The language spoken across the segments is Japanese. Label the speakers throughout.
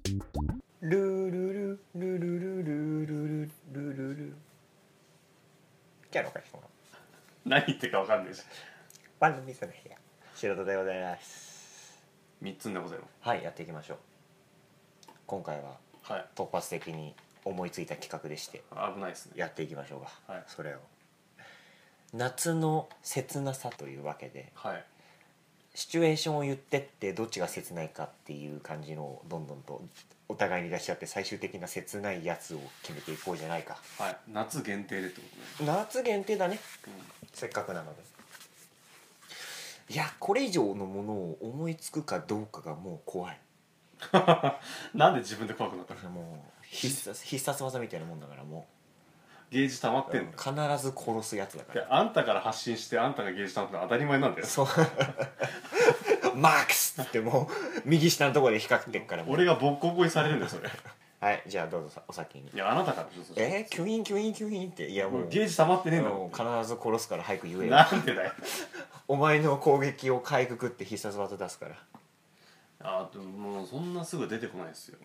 Speaker 1: ルルルルルルルルルルルルじゃあ、おかしくな
Speaker 2: 何言ってるかわかんないし
Speaker 1: バンドミスの部屋。素人でございます。
Speaker 2: 3つんでございます
Speaker 1: はい、やっていきましょう。今回は
Speaker 2: はい
Speaker 1: 突発的に思いついた企画でして、
Speaker 2: 危ないですね
Speaker 1: やっていきましょうか。
Speaker 2: はい
Speaker 1: それを。夏の切なさというわけで、
Speaker 2: はい
Speaker 1: シチュエーションを言ってって、どっちが切ないかっていう感じのをどんどんと。お互いに出し合って最終的な切ないやつを決めていこうじゃないか
Speaker 2: はい夏限定でってことね
Speaker 1: 夏限定だね
Speaker 2: うん
Speaker 1: せっかくなのでいやこれ以上のものを思いつくかどうかがもう怖い
Speaker 2: なんで自分で怖くなったの
Speaker 1: もう必殺必殺技みたいなもんだからも
Speaker 2: ゲージ溜ま
Speaker 1: う
Speaker 2: ってんの
Speaker 1: 必ず殺すやつだか
Speaker 2: いや
Speaker 1: ら
Speaker 2: あんたから発信してあんたがゲージ溜まってんの当たり前なんだよ
Speaker 1: そう マックスってもう右下のところで引っ掛けてっからもう
Speaker 2: 俺がボッコボコにされるんだよそれ
Speaker 1: はいじゃあどうぞさお先に
Speaker 2: いやあなたからちょっと
Speaker 1: えー、キュインキュインキュインっていやもう
Speaker 2: ゲージ溜まってねえんだも
Speaker 1: もう必ず殺すから早く言え
Speaker 2: ん
Speaker 1: よ
Speaker 2: なんでだよ
Speaker 1: お前の攻撃をかいくくって必殺技出すから
Speaker 2: あでももうそんなすぐ出てこないですよ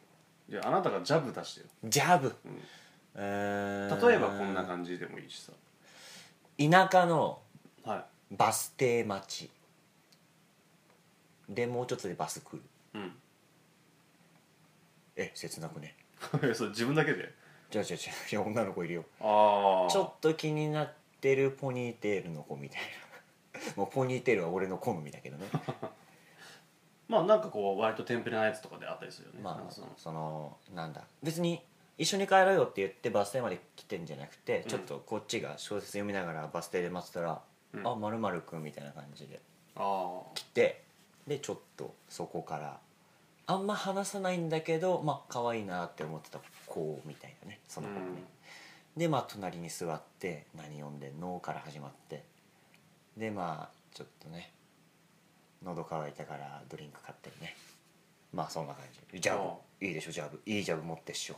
Speaker 2: いやあなたがジャブ出してよ
Speaker 1: ジャブ、
Speaker 2: うん
Speaker 1: うーん
Speaker 2: 例えばこんな感じでもいいしさ
Speaker 1: 田舎の
Speaker 2: は
Speaker 1: バス停待ちでもうちょっとでバス来る
Speaker 2: いうん
Speaker 1: え切なくね
Speaker 2: それ自分だけで
Speaker 1: じゃあじゃあじゃあいや女の子いるよ
Speaker 2: ああ
Speaker 1: ちょっと気になってるポニーテールの子みたいな もうポニーテールは俺の好みだけ どね
Speaker 2: まあなんかこう割とテンペレなやつとかであったりするよね、
Speaker 1: ま
Speaker 2: なん
Speaker 1: あ
Speaker 2: かその
Speaker 1: そのなんだ別に一緒に帰ろうよって言ってバス停まで来てんじゃなくて、
Speaker 2: うん
Speaker 1: ちょっとこっちが小説読みながらバス停で待ってたら「
Speaker 2: うん
Speaker 1: あまるまるくん」みたいな感じで
Speaker 2: ああ
Speaker 1: 来てでちょっとそこからあんま話さないんだけどまあ可愛いなって思ってた子みたいなねその子ね、でまあ隣に座って「何読んでんの?」から始まってでまあちょっとね喉乾いたからドリンク買ってるねまあそんな感じジャ
Speaker 2: あ
Speaker 1: ブいいでしょジャブいいジャブ持ってっしょ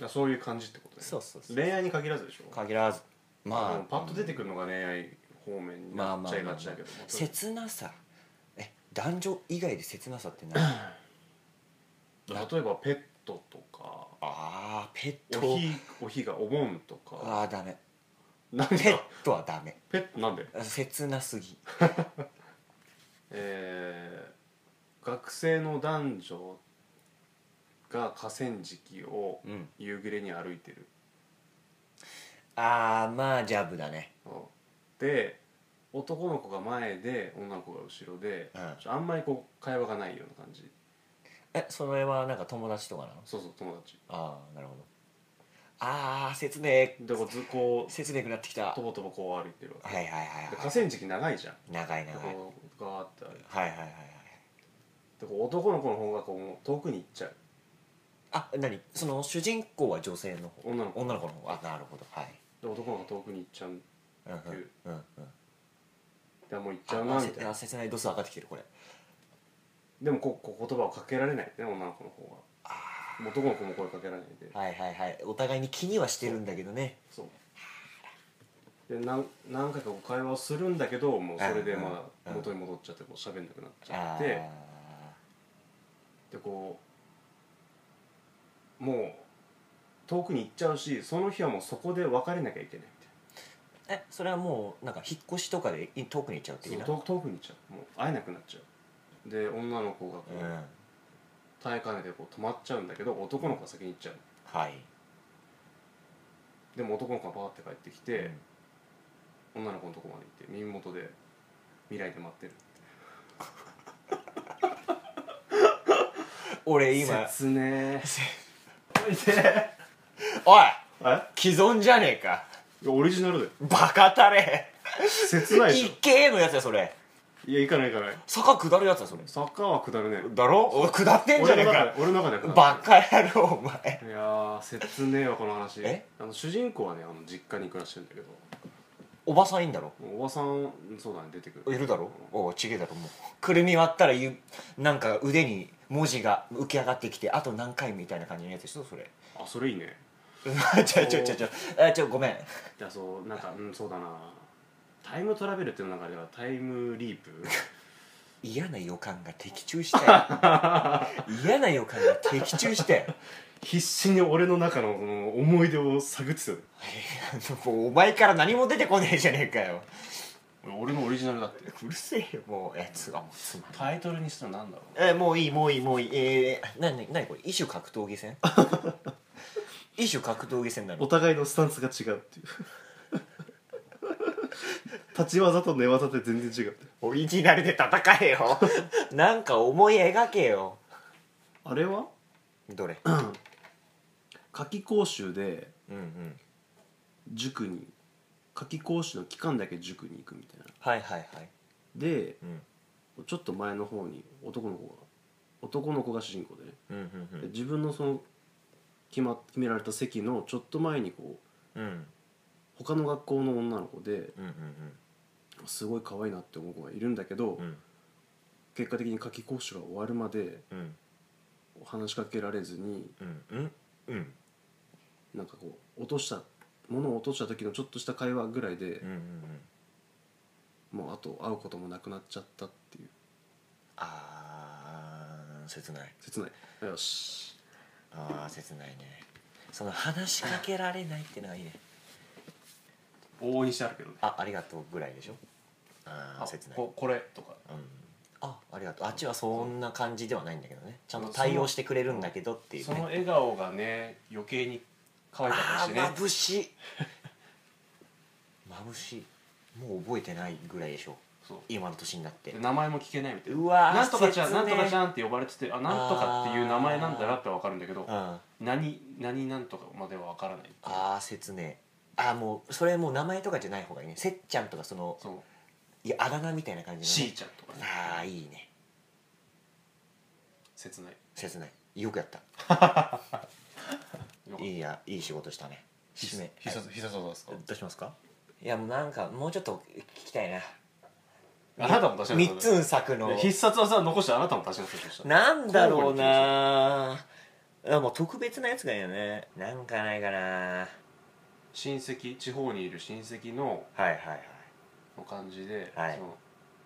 Speaker 2: うんそういう感じってことね
Speaker 1: そうそうそう
Speaker 2: 恋愛に限らずでしょ
Speaker 1: 限らずま
Speaker 2: で
Speaker 1: あ
Speaker 2: もパッと出てくるのが恋愛方面に
Speaker 1: ま
Speaker 2: な
Speaker 1: あ
Speaker 2: っ
Speaker 1: まあ
Speaker 2: ちゃい
Speaker 1: まあ
Speaker 2: がちだけど、まあ
Speaker 1: 切なさえ男女以外で切なさって何あ
Speaker 2: 例えばペットとか
Speaker 1: あーペッ
Speaker 2: お
Speaker 1: ト
Speaker 2: ひおひがお盆とか
Speaker 1: ああダメ
Speaker 2: 何
Speaker 1: ペッ
Speaker 2: か
Speaker 1: トはダメ
Speaker 2: ペットなんで
Speaker 1: 切なすぎ
Speaker 2: えー学生の男女が河川敷を
Speaker 1: うん
Speaker 2: 夕暮れに歩いてる、
Speaker 1: ああまあジャブだね
Speaker 2: で男の子が前で女の子が後ろで、
Speaker 1: うん
Speaker 2: ちょあんまりこう会話がないような感じ
Speaker 1: えそれはなんか友達とかなの
Speaker 2: そうそう友達
Speaker 1: ああなるほどああ切ね
Speaker 2: でこうずこ
Speaker 1: え
Speaker 2: う
Speaker 1: 切ねえくなってきたは
Speaker 2: と
Speaker 1: い
Speaker 2: ぼとぼこう歩いてるわけ、
Speaker 1: はいはい
Speaker 2: で
Speaker 1: は
Speaker 2: 河
Speaker 1: い
Speaker 2: 川敷長いじゃん
Speaker 1: 長い
Speaker 2: で
Speaker 1: 長いはい
Speaker 2: こうガーってある
Speaker 1: はいはいはい
Speaker 2: でこう男の子の方がこうもう遠くに行っちゃう
Speaker 1: あ何その主人公は女性の方
Speaker 2: 女の子
Speaker 1: 女の子の方あなるほどはい
Speaker 2: で男の子が遠くに行っちゃう
Speaker 1: うんうんうんうん
Speaker 2: でもう行っちゃう
Speaker 1: あ
Speaker 2: な
Speaker 1: あ
Speaker 2: みたい
Speaker 1: せ
Speaker 2: な
Speaker 1: あ切ない度数上がってきてるこれ
Speaker 2: でもこうこう言葉をかけられないね女の子の方が
Speaker 1: あ
Speaker 2: もう男の子も声かけられないで
Speaker 1: あはいはいはいお互いに気にはしてるんだけどね
Speaker 2: そうで何何回かこう会話をするんだけどもうそれで
Speaker 1: うん
Speaker 2: まあ
Speaker 1: うん
Speaker 2: 元に戻っちゃってもう喋んなくなっちゃ
Speaker 1: あ
Speaker 2: っ
Speaker 1: あ
Speaker 2: てでこうもう遠くに行っちゃうしその日はもうそこで別れなきゃいけない
Speaker 1: えそれはもうなんか引っ越しとかでい遠くに行っちゃうって
Speaker 2: み
Speaker 1: い
Speaker 2: た
Speaker 1: う
Speaker 2: い
Speaker 1: な
Speaker 2: なそう遠く遠くに行っちゃうもう会えなくなっちゃうで女の子がこ
Speaker 1: う
Speaker 2: うん耐えかねてこう止まっちゃうんだけど男の子が先に行っちゃう
Speaker 1: はい
Speaker 2: でも男の子がバーって帰ってきて、女の子のとこまで行って耳元で「未来で待ってる
Speaker 1: 俺」今
Speaker 2: 切ねえ
Speaker 1: せ おい
Speaker 2: え
Speaker 1: 既存じゃねえか
Speaker 2: いやオリジナルだよ
Speaker 1: バカたれ
Speaker 2: 切ないでし
Speaker 1: 一系のやつやそれ
Speaker 2: ょいや行かない行かない
Speaker 1: 坂下るやつやそれ
Speaker 2: 坂は下るね
Speaker 1: だろおい下ってんじゃね
Speaker 2: 俺
Speaker 1: え
Speaker 2: の中
Speaker 1: か
Speaker 2: で俺の中では下る
Speaker 1: バカ野郎お前
Speaker 2: いやー切ねえわこの話
Speaker 1: え
Speaker 2: あの主人公はねあの実家に暮らしてるんだけど
Speaker 1: おばさんいんだろ
Speaker 2: おばさんそうだね出てく
Speaker 1: い
Speaker 2: る
Speaker 1: るだろおうちげえだろもうくるみ割ったらゆなんか腕に文字が浮き上がってきてあと何回みたいな感じのやつでしょそれ
Speaker 2: あそれいいね
Speaker 1: ちょちょちょちょあちょごめん
Speaker 2: じゃあそうなんかうんそうだなタイムトラベルっていうの中ではタイムリー プ
Speaker 1: 嫌な予感が的中したよ嫌な予感が的中したよ
Speaker 2: 必死に俺の中のこの思い出を探ってたよ
Speaker 1: お前から何も出てこねえじゃねえかよ
Speaker 2: 俺のオリジナルだって
Speaker 1: うるせえよもうえつがもうつまん
Speaker 2: タイトルにするのなんだろう
Speaker 1: えーもういいもういいもういいえー、なになにこれ異種格闘技 戦異種格闘技戦なの
Speaker 3: 互いのスタンスが違う っていう立ち技と寝技で全然違う
Speaker 1: オリジナルで戦えよ なんか思い描けよ
Speaker 3: あれは
Speaker 1: どれ
Speaker 3: 夏季講習で
Speaker 1: うんうん
Speaker 3: 塾に夏季講習の期間だけ塾に行くみたいな
Speaker 1: はいはいはい
Speaker 3: で
Speaker 1: うん
Speaker 3: ちょっと前の方に男の子が男の子が主人公でね、
Speaker 1: うんう
Speaker 3: で
Speaker 1: ん
Speaker 3: 自分のその決,、ま、決められた席のちょっと前にこう
Speaker 1: うんうん
Speaker 3: 他の学校の女の子で
Speaker 1: うん
Speaker 3: すごい可愛いなって思う子がいるんだけど、
Speaker 1: うんうん
Speaker 3: 結果的に夏季講習が終わるまで
Speaker 1: うん
Speaker 3: 話しかけられずに
Speaker 1: うんうんうん
Speaker 3: なんかこう落とした物を落とした時のちょっとした会話ぐらいで
Speaker 1: うんう、ん
Speaker 3: もうあと会うこともなくなっちゃったっていう
Speaker 1: あー切ない
Speaker 3: 切ないよし
Speaker 1: あー切ないねその話しかけられないってのはいいね
Speaker 2: 往々にしてあるけどね
Speaker 1: あありがとうぐらいでしょああ切ない
Speaker 2: ここれとか
Speaker 1: うんあありがとうあっちはそんな感じではないんだけどねちゃんと対応してくれるんだけどっていう
Speaker 2: その
Speaker 1: ね
Speaker 2: 笑顔がね余計に可愛かった
Speaker 1: あ
Speaker 2: し
Speaker 1: ー
Speaker 2: ね
Speaker 1: 眩しい 眩しいもう覚えてないぐらいでしょ
Speaker 2: そう
Speaker 1: 今の年になって
Speaker 2: で名前も聞けないみたいな
Speaker 1: うわー
Speaker 2: なんとかちゃん、
Speaker 1: 切ね
Speaker 2: なんとかちゃんって呼ばれててあなんとかっていう名前なんだなってわかるんだけど
Speaker 1: うんあ
Speaker 2: 何何なんとかまではわからない
Speaker 1: あ説明あーもうそれもう名前とかじゃない方がいいねせっちゃんとかその
Speaker 2: そう
Speaker 1: いやあだ名みたいな感じの、
Speaker 2: し
Speaker 1: ね
Speaker 2: ー、ちゃんとかね
Speaker 1: ああいいね
Speaker 2: 切ない
Speaker 1: 切ないよくやった
Speaker 2: よかっ
Speaker 1: いいやいい仕事したね
Speaker 2: た
Speaker 1: 締め
Speaker 2: 必殺必殺技ですか
Speaker 1: どうしますかいやもうなんかもうちょっと聞きたいな
Speaker 2: あなたも出しなさい
Speaker 1: 三つん作の
Speaker 2: で必殺技は残してあなたも出しなさいとした
Speaker 1: な
Speaker 2: ら
Speaker 1: んだろうなあもう特別なやつがいいよねなんかないかな
Speaker 2: 親戚地方にいる親戚の
Speaker 1: はいはいはい
Speaker 2: の感じで、
Speaker 1: はい
Speaker 2: その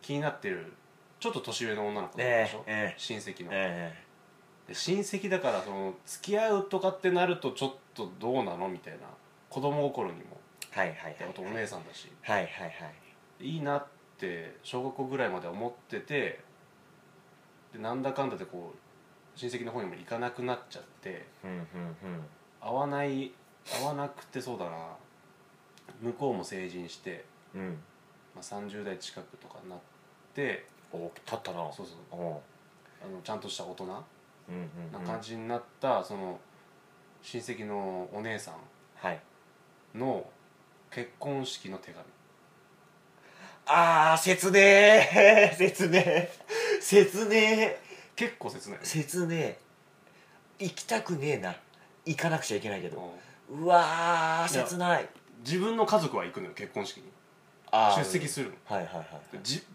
Speaker 2: 気になってるちょっと年上の女の子で
Speaker 1: え
Speaker 2: しょ、
Speaker 1: えええ
Speaker 2: 親戚の、
Speaker 1: え
Speaker 2: で親戚だからその付き合うとかってなるとちょっとどうなのみたいな子供心にも
Speaker 1: えはいはい
Speaker 2: であとお
Speaker 1: はい
Speaker 2: 姉さんだし
Speaker 1: はいはいはい
Speaker 2: いいなって小学校ぐらいまで思っててでなんだかんだでこう親戚の方にも行かなくなっちゃって
Speaker 1: うんうんうん
Speaker 2: 会わない会わなくてそうだな向こうも成人して、
Speaker 1: うん
Speaker 2: まあ、30代近くとかになって
Speaker 1: お立ったな
Speaker 2: そうそう
Speaker 1: お
Speaker 2: あのちゃんとした大人
Speaker 1: ううんうん
Speaker 2: な
Speaker 1: うん
Speaker 2: 感じになった、その親戚のお姉さ
Speaker 1: はい
Speaker 2: んの結婚式の手紙
Speaker 1: あー切ねえ 切ねえ切ねえ
Speaker 2: 結構切ない
Speaker 1: 切ねえ行きたくねえな行かなくちゃいけないけど
Speaker 2: うん
Speaker 1: うわー
Speaker 2: いや
Speaker 1: 切ない
Speaker 2: 自分の家族は行くのよ結婚式に
Speaker 1: あー
Speaker 2: 出席するの
Speaker 1: はいはいはい
Speaker 2: でじ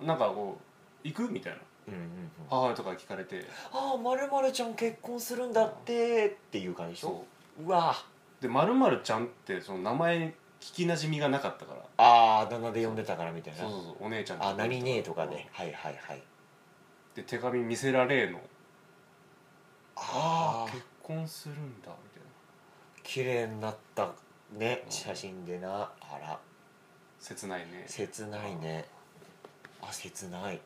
Speaker 2: なんかこう行くみたいな
Speaker 1: うんうんうん
Speaker 2: 母親とか聞かれて
Speaker 1: ああまるまるちゃん結婚するんだってっていう感じでしょ
Speaker 2: そう
Speaker 1: わ
Speaker 2: うでまるまるちゃんってその名前聞きなじみがなかったから
Speaker 1: ああー旦那で呼んでたからみたいな
Speaker 2: そうそうそうお姉ちゃん
Speaker 1: あ何ねえとかねはいはいはい
Speaker 2: で手紙見せられーのあ
Speaker 1: あ
Speaker 2: あ
Speaker 1: あ
Speaker 2: 結婚するんだみたいな
Speaker 1: 綺麗になったね写真でなあら
Speaker 2: 切ないね
Speaker 1: 切ないねあ切ない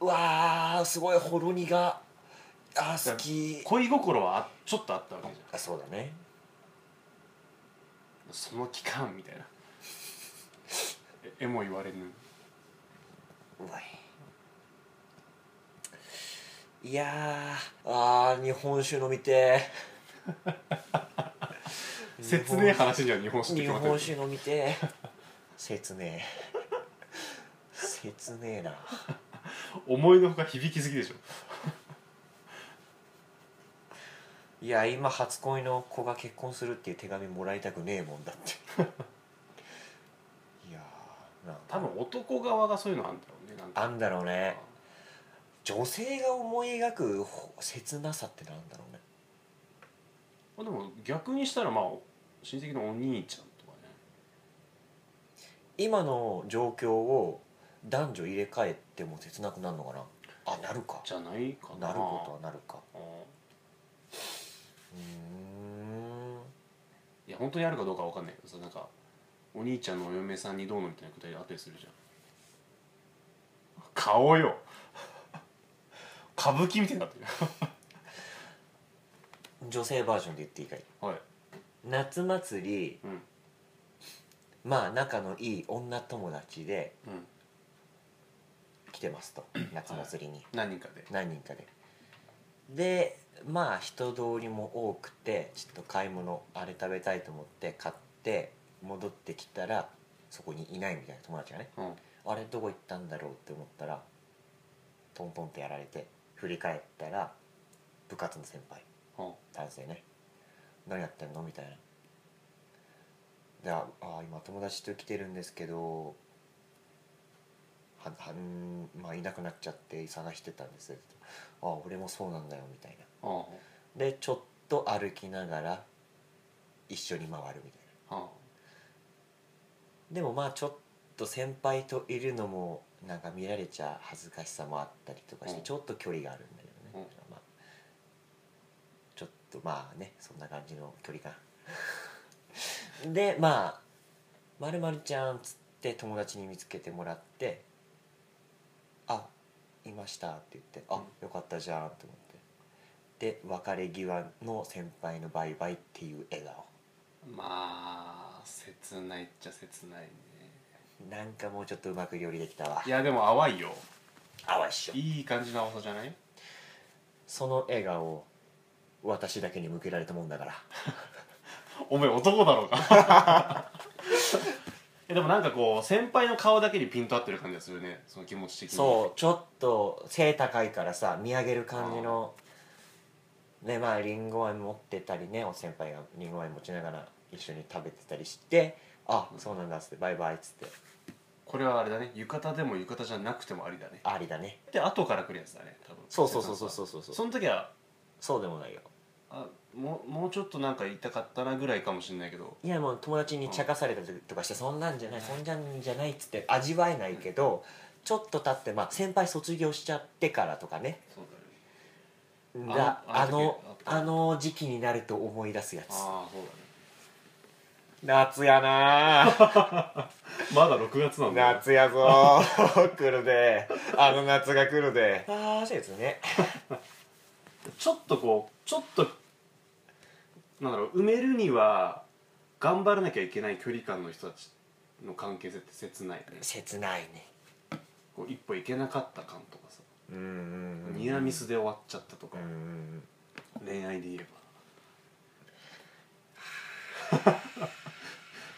Speaker 1: うわーすごいほろ苦あー好き
Speaker 2: 恋心はあちょっとあったわけじゃん
Speaker 1: あそうだね
Speaker 2: その期間みたいなええも言われぬ
Speaker 1: うまいいやーあー日本酒飲みてえ
Speaker 2: 切ねえ話じゃん日本酒って
Speaker 1: 日
Speaker 2: 決まってる
Speaker 1: 本酒飲みてえ切ねえ切ねえな
Speaker 2: 思いのほか響きすぎでしょ
Speaker 1: いや今初恋の子が結婚するっていう手紙もらいたくねえもんだって いやーなん
Speaker 2: 多
Speaker 1: か
Speaker 2: 分男側がそういうのあんだろうねなんか
Speaker 1: あんだろうね女性が思い描くほ切なさってなんだろうね
Speaker 2: まあ、でも逆にしたらまあ親戚のお兄ちゃんとかね
Speaker 1: 今の状況を男女入れ替えても切なくなるのかなあなるか
Speaker 2: じゃないかな
Speaker 1: なることはなるか
Speaker 2: うん
Speaker 1: うーん
Speaker 2: いや本当にあるかどうかは分かんないけどさなんかお兄ちゃんのお嫁さんにどうのみたいなくだりあったりするじゃん顔よ 歌舞伎みたいになって
Speaker 1: 女性バージョンで言っていいかい
Speaker 2: るはい
Speaker 1: 夏祭り
Speaker 2: うん
Speaker 1: まあ仲のいい女友達で
Speaker 2: うん
Speaker 1: 来てますと夏祭りに
Speaker 2: 何人かで
Speaker 1: 何人かででまあ人通りも多くてちょっと買い物あれ食べたいと思って買って戻ってきたらそこにいないみたいな友達がね
Speaker 2: うん
Speaker 1: あれどこ行ったんだろうって思ったらトントンってやられて振り返ったら部活の先輩
Speaker 2: うん
Speaker 1: 男性ね何やってんのみたいなでああ今友達と来てるんですけどははん、まあ、いなくなっちゃって探してたんですああ俺もそうなんだよみたいな
Speaker 2: うん
Speaker 1: でちょっと歩きながら一緒に回るみたいな
Speaker 2: うん
Speaker 1: でもまあちょっと先輩といるのもなんか見られちゃ恥ずかしさもあったりとかして
Speaker 2: うん
Speaker 1: ちょっと距離があるんだけどね、まあ、ちょっとまあねそんな感じの距離感 でまあ「まるまるちゃん」っつって友達に見つけてもらって「あいました」って言って「あ、
Speaker 2: うん
Speaker 1: よかったじゃん」と思ってで別れ際の先輩のバイバイっていう笑顔
Speaker 2: まあ切ないっちゃ切ないね
Speaker 1: なんかもうちょっとうまく料理できたわ
Speaker 2: いやでも淡いよ
Speaker 1: あわっしょ
Speaker 2: いい感じの淡さじゃない
Speaker 1: その笑顔を私だけに向けられたもんだ から
Speaker 2: お前男だろうか えでもなんかこう先輩の顔だけにピンと合ってる感じがするねその気持ち的に
Speaker 1: そうちょっと背高いからさ見上げる感じのねまありんご飴持ってたりねお先輩がりんご飴持ちながら一緒に食べてたりしてあそうなんだっつってバイバイっつって
Speaker 2: これはあれだね浴衣でも浴衣じゃなくてもありだね
Speaker 1: ありだね
Speaker 2: で後から来るやつだね多分
Speaker 1: そうそうそうそうそうそうそう
Speaker 2: その時は
Speaker 1: そうでもないよ
Speaker 2: あもうもうちょっとなんか言いたかったなぐらいかもしれないけど
Speaker 1: いやもう友達に茶化されたりとかしてそんなんじゃないそんなんじゃないっつって味わえないけどちょっと経ってまあ先輩卒業しちゃってからとかね
Speaker 2: そうだね
Speaker 1: があ
Speaker 2: あ
Speaker 1: の
Speaker 2: の
Speaker 1: あ
Speaker 2: あ
Speaker 1: の
Speaker 2: の時
Speaker 1: 時期になると思い出すやつ
Speaker 2: ああそう
Speaker 1: 夏やな あ
Speaker 2: だねまだ6月なんだよ
Speaker 1: 夏やぞ ー来るであの夏が来るでああですね
Speaker 2: ちょっとこうちょっとなんだろう埋めるには頑張らなきゃいけない距離感の人たちの関係性って切ないね
Speaker 1: 切ないね
Speaker 2: こう一歩行けなかった感とかさ、
Speaker 1: うんうんうん
Speaker 2: ニアミスで終わっちゃったとか
Speaker 1: うんう、ん
Speaker 2: 恋愛で言えば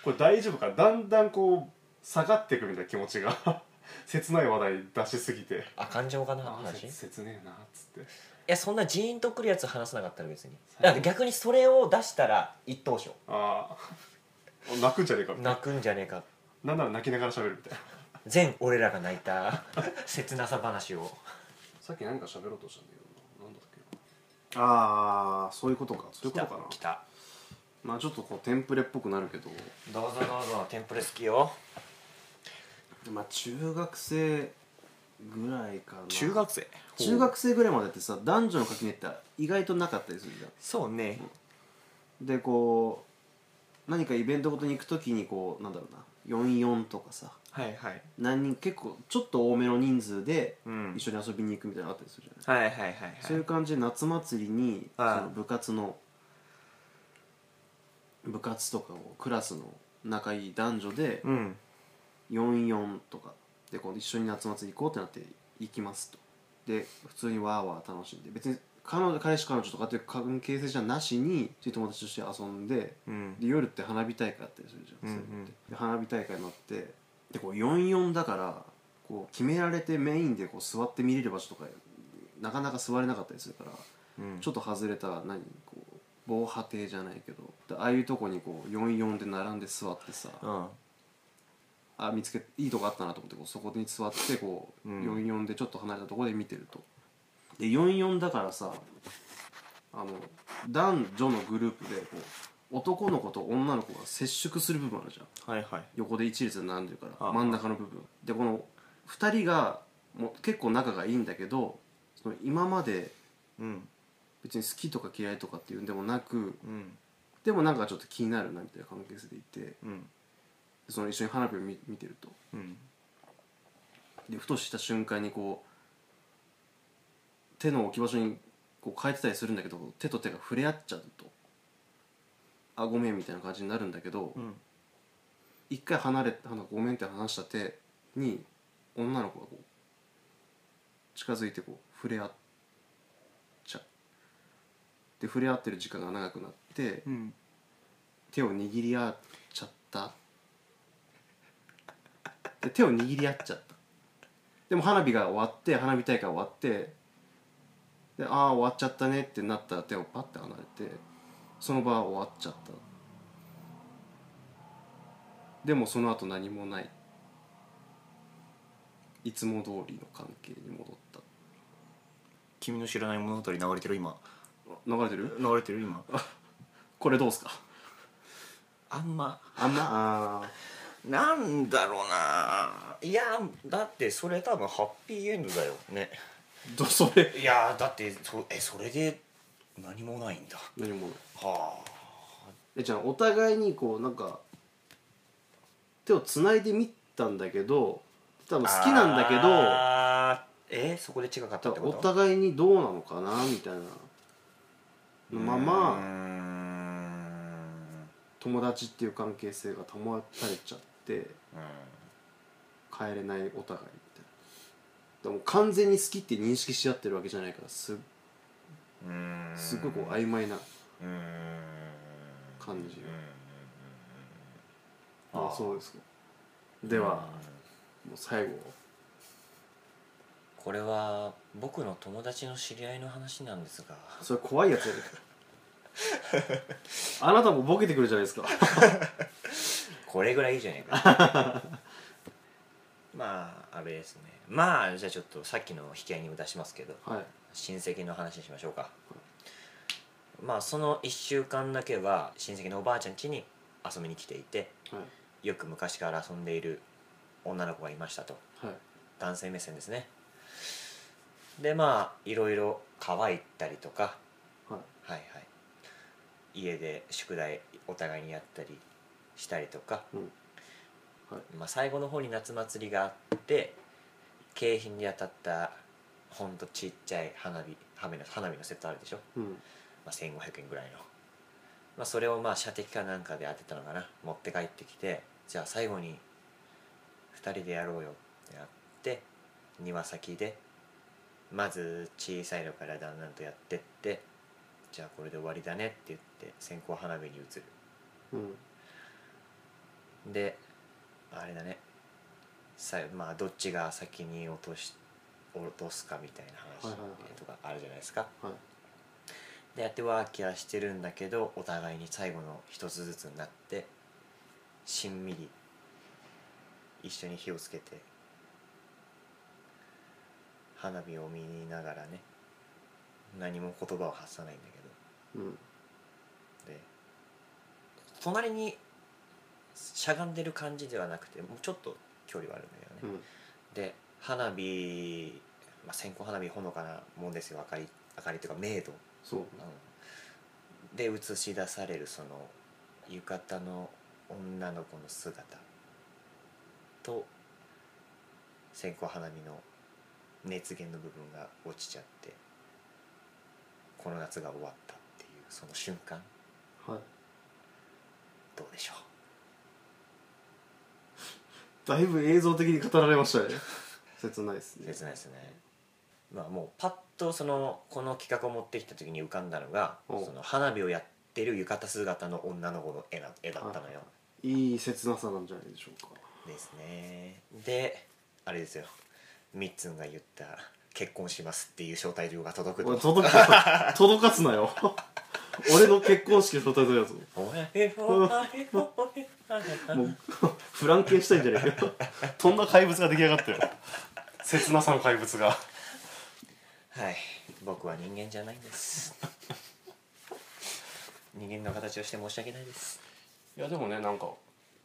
Speaker 2: これ大丈夫かだんだんこう下がっていくみたいな気持ちが 切ない話題出しすぎて
Speaker 1: あ感情かな
Speaker 2: あ
Speaker 1: 話い
Speaker 2: 切切ねえなっつって
Speaker 1: やそんなジーンとくるやつ話さなかったら別に
Speaker 2: 最
Speaker 1: だ
Speaker 2: 後
Speaker 1: から逆にそれを出したら一等賞
Speaker 2: ああ 泣くんじゃねえかみたいな
Speaker 1: 泣くんじゃねえか
Speaker 2: なんなら泣きながら喋るみたいな
Speaker 1: 全俺らが泣いた切なさ話を
Speaker 2: さっき何か喋ろうとしたんだけどななんだっけ
Speaker 3: ああそういうことかそういうことかな
Speaker 1: 来た
Speaker 3: まあちょっとこうテンプレっぽくなるけど
Speaker 1: どうぞどうぞテンプレ好きよ
Speaker 3: まあ中学生ぐらいかな
Speaker 1: 生
Speaker 3: 中学生ぐらいまでってさ男女の垣根って意外となかったりするじゃ
Speaker 1: そうね
Speaker 3: んでこう何かイベントごとに行くときにこうなんだろうな44とかさ
Speaker 1: はいはい
Speaker 3: 何人結構ちょっと多めの人数で
Speaker 1: うん
Speaker 3: 一緒に遊びに行くみたいなのあったりするじゃない、
Speaker 1: はいはいはい
Speaker 3: そういう感じで夏祭りにそ
Speaker 1: はい
Speaker 3: の部活の部活とかをクラスの仲いい男女で
Speaker 1: うん
Speaker 3: 44とかでこう一緒に夏祭り行こうってなって行きますとで普通にわーわー楽しんで別に彼女彼氏彼女とかっていう関係性じゃなしにそういう友達として遊んで
Speaker 1: うん
Speaker 3: で夜って花火大会あったりするじゃん、
Speaker 1: うんうん
Speaker 3: そういうのってで花火大会になってでこう44だからこう決められてメインでこう座って見れる場所とかなかなか座れなかったりするから、
Speaker 1: うん
Speaker 3: ちょっと外れた何こう防波堤じゃないけどでああいうとこにこう44で並んで座ってさ、
Speaker 1: うん
Speaker 3: あ見つけいいとこあったなと思ってこうそこに座ってこう、
Speaker 1: うん
Speaker 3: 44でちょっと離れたところで見てるとで44だからさあの男女のグループでこう
Speaker 2: 男の子と女の子が接触する部分あるじゃん
Speaker 1: はいはい
Speaker 2: 横で一列に並んでるか
Speaker 4: あ
Speaker 2: ら
Speaker 4: あ
Speaker 2: 真ん中の部分でこの2人がもう結構仲がいいんだけどその今まで
Speaker 1: うん
Speaker 2: 別に好きとか嫌いとかっていうんでもなく
Speaker 1: うん
Speaker 2: でもなんかちょっと気になるなみたいな関係性でいて
Speaker 1: うん
Speaker 2: その一緒に花火を見見てると
Speaker 1: うん
Speaker 2: でふとした瞬間にこう手の置き場所にこう変えてたりするんだけど手と手が触れ合っちゃうとあごめんみたいな感じになるんだけど
Speaker 1: うん
Speaker 2: 一回離れたあのごめんって話した手に女の子がこう近づいてこう触れ合っちゃうで触れ合ってる時間が長くなって
Speaker 1: うん
Speaker 2: 手を握り合っちゃったで手を握り合っちゃったでも花火が終わって花火大会終わってでああ終わっちゃったねってなったら手をパッて離れてその場は終わっちゃったでもその後何もないいつも通りの関係に戻った
Speaker 1: 君の知らない物語流れてる今
Speaker 2: 流れてる
Speaker 1: 流れてる今
Speaker 2: これどうすか
Speaker 1: あんま
Speaker 2: あんなあ
Speaker 1: なんだろうないやだってそれ多分ハッピーエンドだよね
Speaker 2: ー どそれ
Speaker 1: いやだってそえそれで何もないんだ
Speaker 2: 何もない
Speaker 1: はあ
Speaker 2: えじゃあお互いにこうなんか手をつないでみたんだけど多分好きなんだけど
Speaker 1: あーえそこで違かった
Speaker 2: 多
Speaker 1: って
Speaker 2: 分お
Speaker 1: こと
Speaker 2: 互いにどうなのかなみたいなのま
Speaker 1: うー
Speaker 2: ま
Speaker 1: ん
Speaker 2: 友達っていう関係性が保たれちゃって
Speaker 1: うん
Speaker 2: 帰れないお互いみたいなでも完全に好きって認識し合ってるわけじゃないからす
Speaker 1: うーん
Speaker 2: すごいこう曖昧な
Speaker 1: うーん
Speaker 2: 感じ
Speaker 1: うんうん
Speaker 2: あそうですかではもう最後
Speaker 1: これは僕の友達の知り合いの話なんですが
Speaker 2: それ怖いやつやであなたもボケてくるじゃないですか
Speaker 1: これぐらいいいじゃないか まああれですねまあじゃあちょっとさっきの引き合いにも出しますけど
Speaker 2: はい
Speaker 1: 親戚の話にしましょうかまあその1週間だけは親戚のおばあちゃん家に遊びに来ていて
Speaker 2: はい
Speaker 1: よく昔から遊んでいる女の子がいましたと
Speaker 2: はい
Speaker 1: 男性目線ですねでまあいろいろ川行ったりとか
Speaker 2: はい
Speaker 1: はいはい家で宿題お互いにやったりしたりとか、
Speaker 2: うんは
Speaker 1: まあ、最後の方に夏祭りがあって景品に当たったほんとちっちゃい花火花火の花火のセットあるでしょ、
Speaker 2: うん
Speaker 1: まあ、1500円ぐらいの、まあ、それをまあ射的かなんかで当てたのかな持って帰ってきてじゃあ最後に2人でやろうよってなって庭先でまず小さいのからだんだんとやってってじゃあこれで終わりだねって言って線香花火に移る
Speaker 2: うん
Speaker 1: であれだねさまあどっちが先に落とし落とすかみたいな
Speaker 2: は
Speaker 1: 話
Speaker 2: いはいはい
Speaker 1: とかあるじゃないですか、
Speaker 2: はい
Speaker 1: でやってワーキャーしてるんだけどお互いに最後の一つずつになってしんみり一緒に火をつけて花火を見ながらね何も言葉を発さないんだけ
Speaker 2: うん
Speaker 1: どで隣にしゃがんでる感じではなくてもうちょっと距離はあるんだけどね、
Speaker 2: うん
Speaker 1: で花火、まあ、線香花火ほのかなもんですよ明かり明かりというか明度
Speaker 2: そう
Speaker 1: うんで映し出されるその浴衣の女の子の姿と線香花火の熱源の部分が落ちちゃってこの夏が終わったっていうその瞬間
Speaker 2: はい
Speaker 1: どうでしょ
Speaker 2: だいぶ映像的に語られました ね切ないです
Speaker 1: う
Speaker 2: ね
Speaker 1: 切ないですねまあもうパッとそのこの企画を持ってきた時に浮かんだのが
Speaker 2: お
Speaker 1: その花火をやってる浴衣姿の女の子の絵な絵だったのよ
Speaker 2: いい切なさなんじゃないでしょう か
Speaker 1: ですねであれですよみっつんが言った「結婚します」っていう招待状が届く
Speaker 2: おい
Speaker 1: と
Speaker 2: 届か 届かすなよ俺の結婚式のたえやつ
Speaker 1: お前えお前えお前
Speaker 2: もうフランケンしたいんじゃないか よとんだ怪物が出来上がったよ切なさの怪物が
Speaker 1: はい僕は人間じゃないんです人間の形をして申し訳ないです
Speaker 2: いやでもねなんか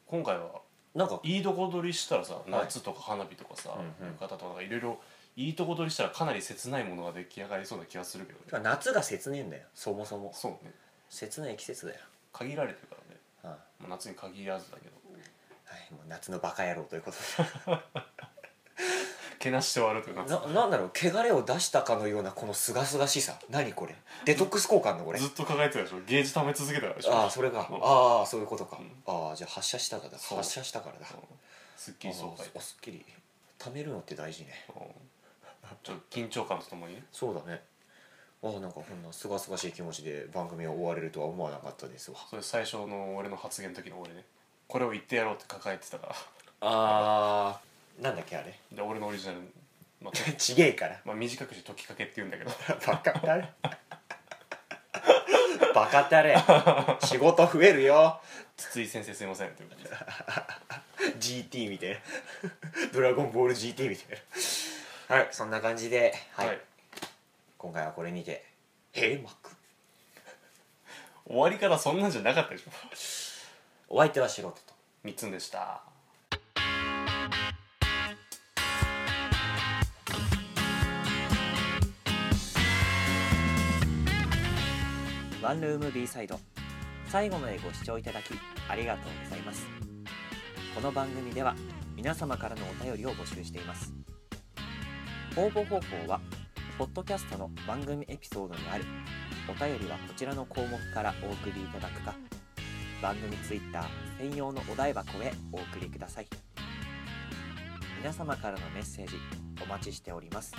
Speaker 2: 今回は
Speaker 1: なんか
Speaker 2: いいとこ取りしたらさ夏とか花火とかさ、
Speaker 1: うんうん
Speaker 2: 浴衣とかなんかいろいろいいとこ取りしたらかなり切ないものが出来上がりそうな気がするけどね
Speaker 1: 夏が切ねえんだよそもそも
Speaker 2: そうね
Speaker 1: 切ない季節だよ、
Speaker 2: 限られてるからね
Speaker 1: うんは
Speaker 2: まあ夏に限らずだけど
Speaker 1: い、もう夏のバカ野郎ということ
Speaker 2: けなして終わるというか
Speaker 1: でななんだろう汚れを出したかのようなこのすがすがしさ何これデトックス交換のこれ
Speaker 2: ずっと抱えてたでしょゲージ溜め続けたからでしょ
Speaker 1: ああそれが
Speaker 2: うん
Speaker 1: ああそういうことか、
Speaker 2: うん
Speaker 1: ああじゃあ発射したからだ
Speaker 2: そう
Speaker 1: 発射したからだ
Speaker 2: うんすっきり爽快
Speaker 1: ああすっきり貯めるのって大事ね
Speaker 2: うんちょっと緊張感とともにね
Speaker 1: そうだねああなんかこんなすがすがしい気持ちで番組を終われるとは思わなかったですわ
Speaker 2: それ最初の俺の発言の時の俺ねこれを言ってやろうって抱えてたから
Speaker 1: ああなんだっけあれ
Speaker 2: で俺のオリジナルまあ、と
Speaker 1: ちげえから
Speaker 2: まあ、短くして「時かけ」って言うんだけど
Speaker 1: バカたれ バカたれ仕事増えるよ
Speaker 2: 筒井先生すいませんっていう感じで
Speaker 1: GT みたいなドラゴンボール GT みたいなはいそんな感じではい、
Speaker 2: はい
Speaker 1: 今回はこれにて閉幕
Speaker 2: 終わりからそんなんじゃなかったでしょ
Speaker 1: お相手は素人と
Speaker 2: 三つんでした
Speaker 1: ワンルーム B サイド最後までご視聴いただきありがとうございますこの番組では皆様からのお便りを募集しています応募方法はポッドキャストの番組エピソードにあるお便りはこちらの項目からお送りいただくか番組ツイッター専用のお台箱へお送りください皆様からのメッセージお待ちしております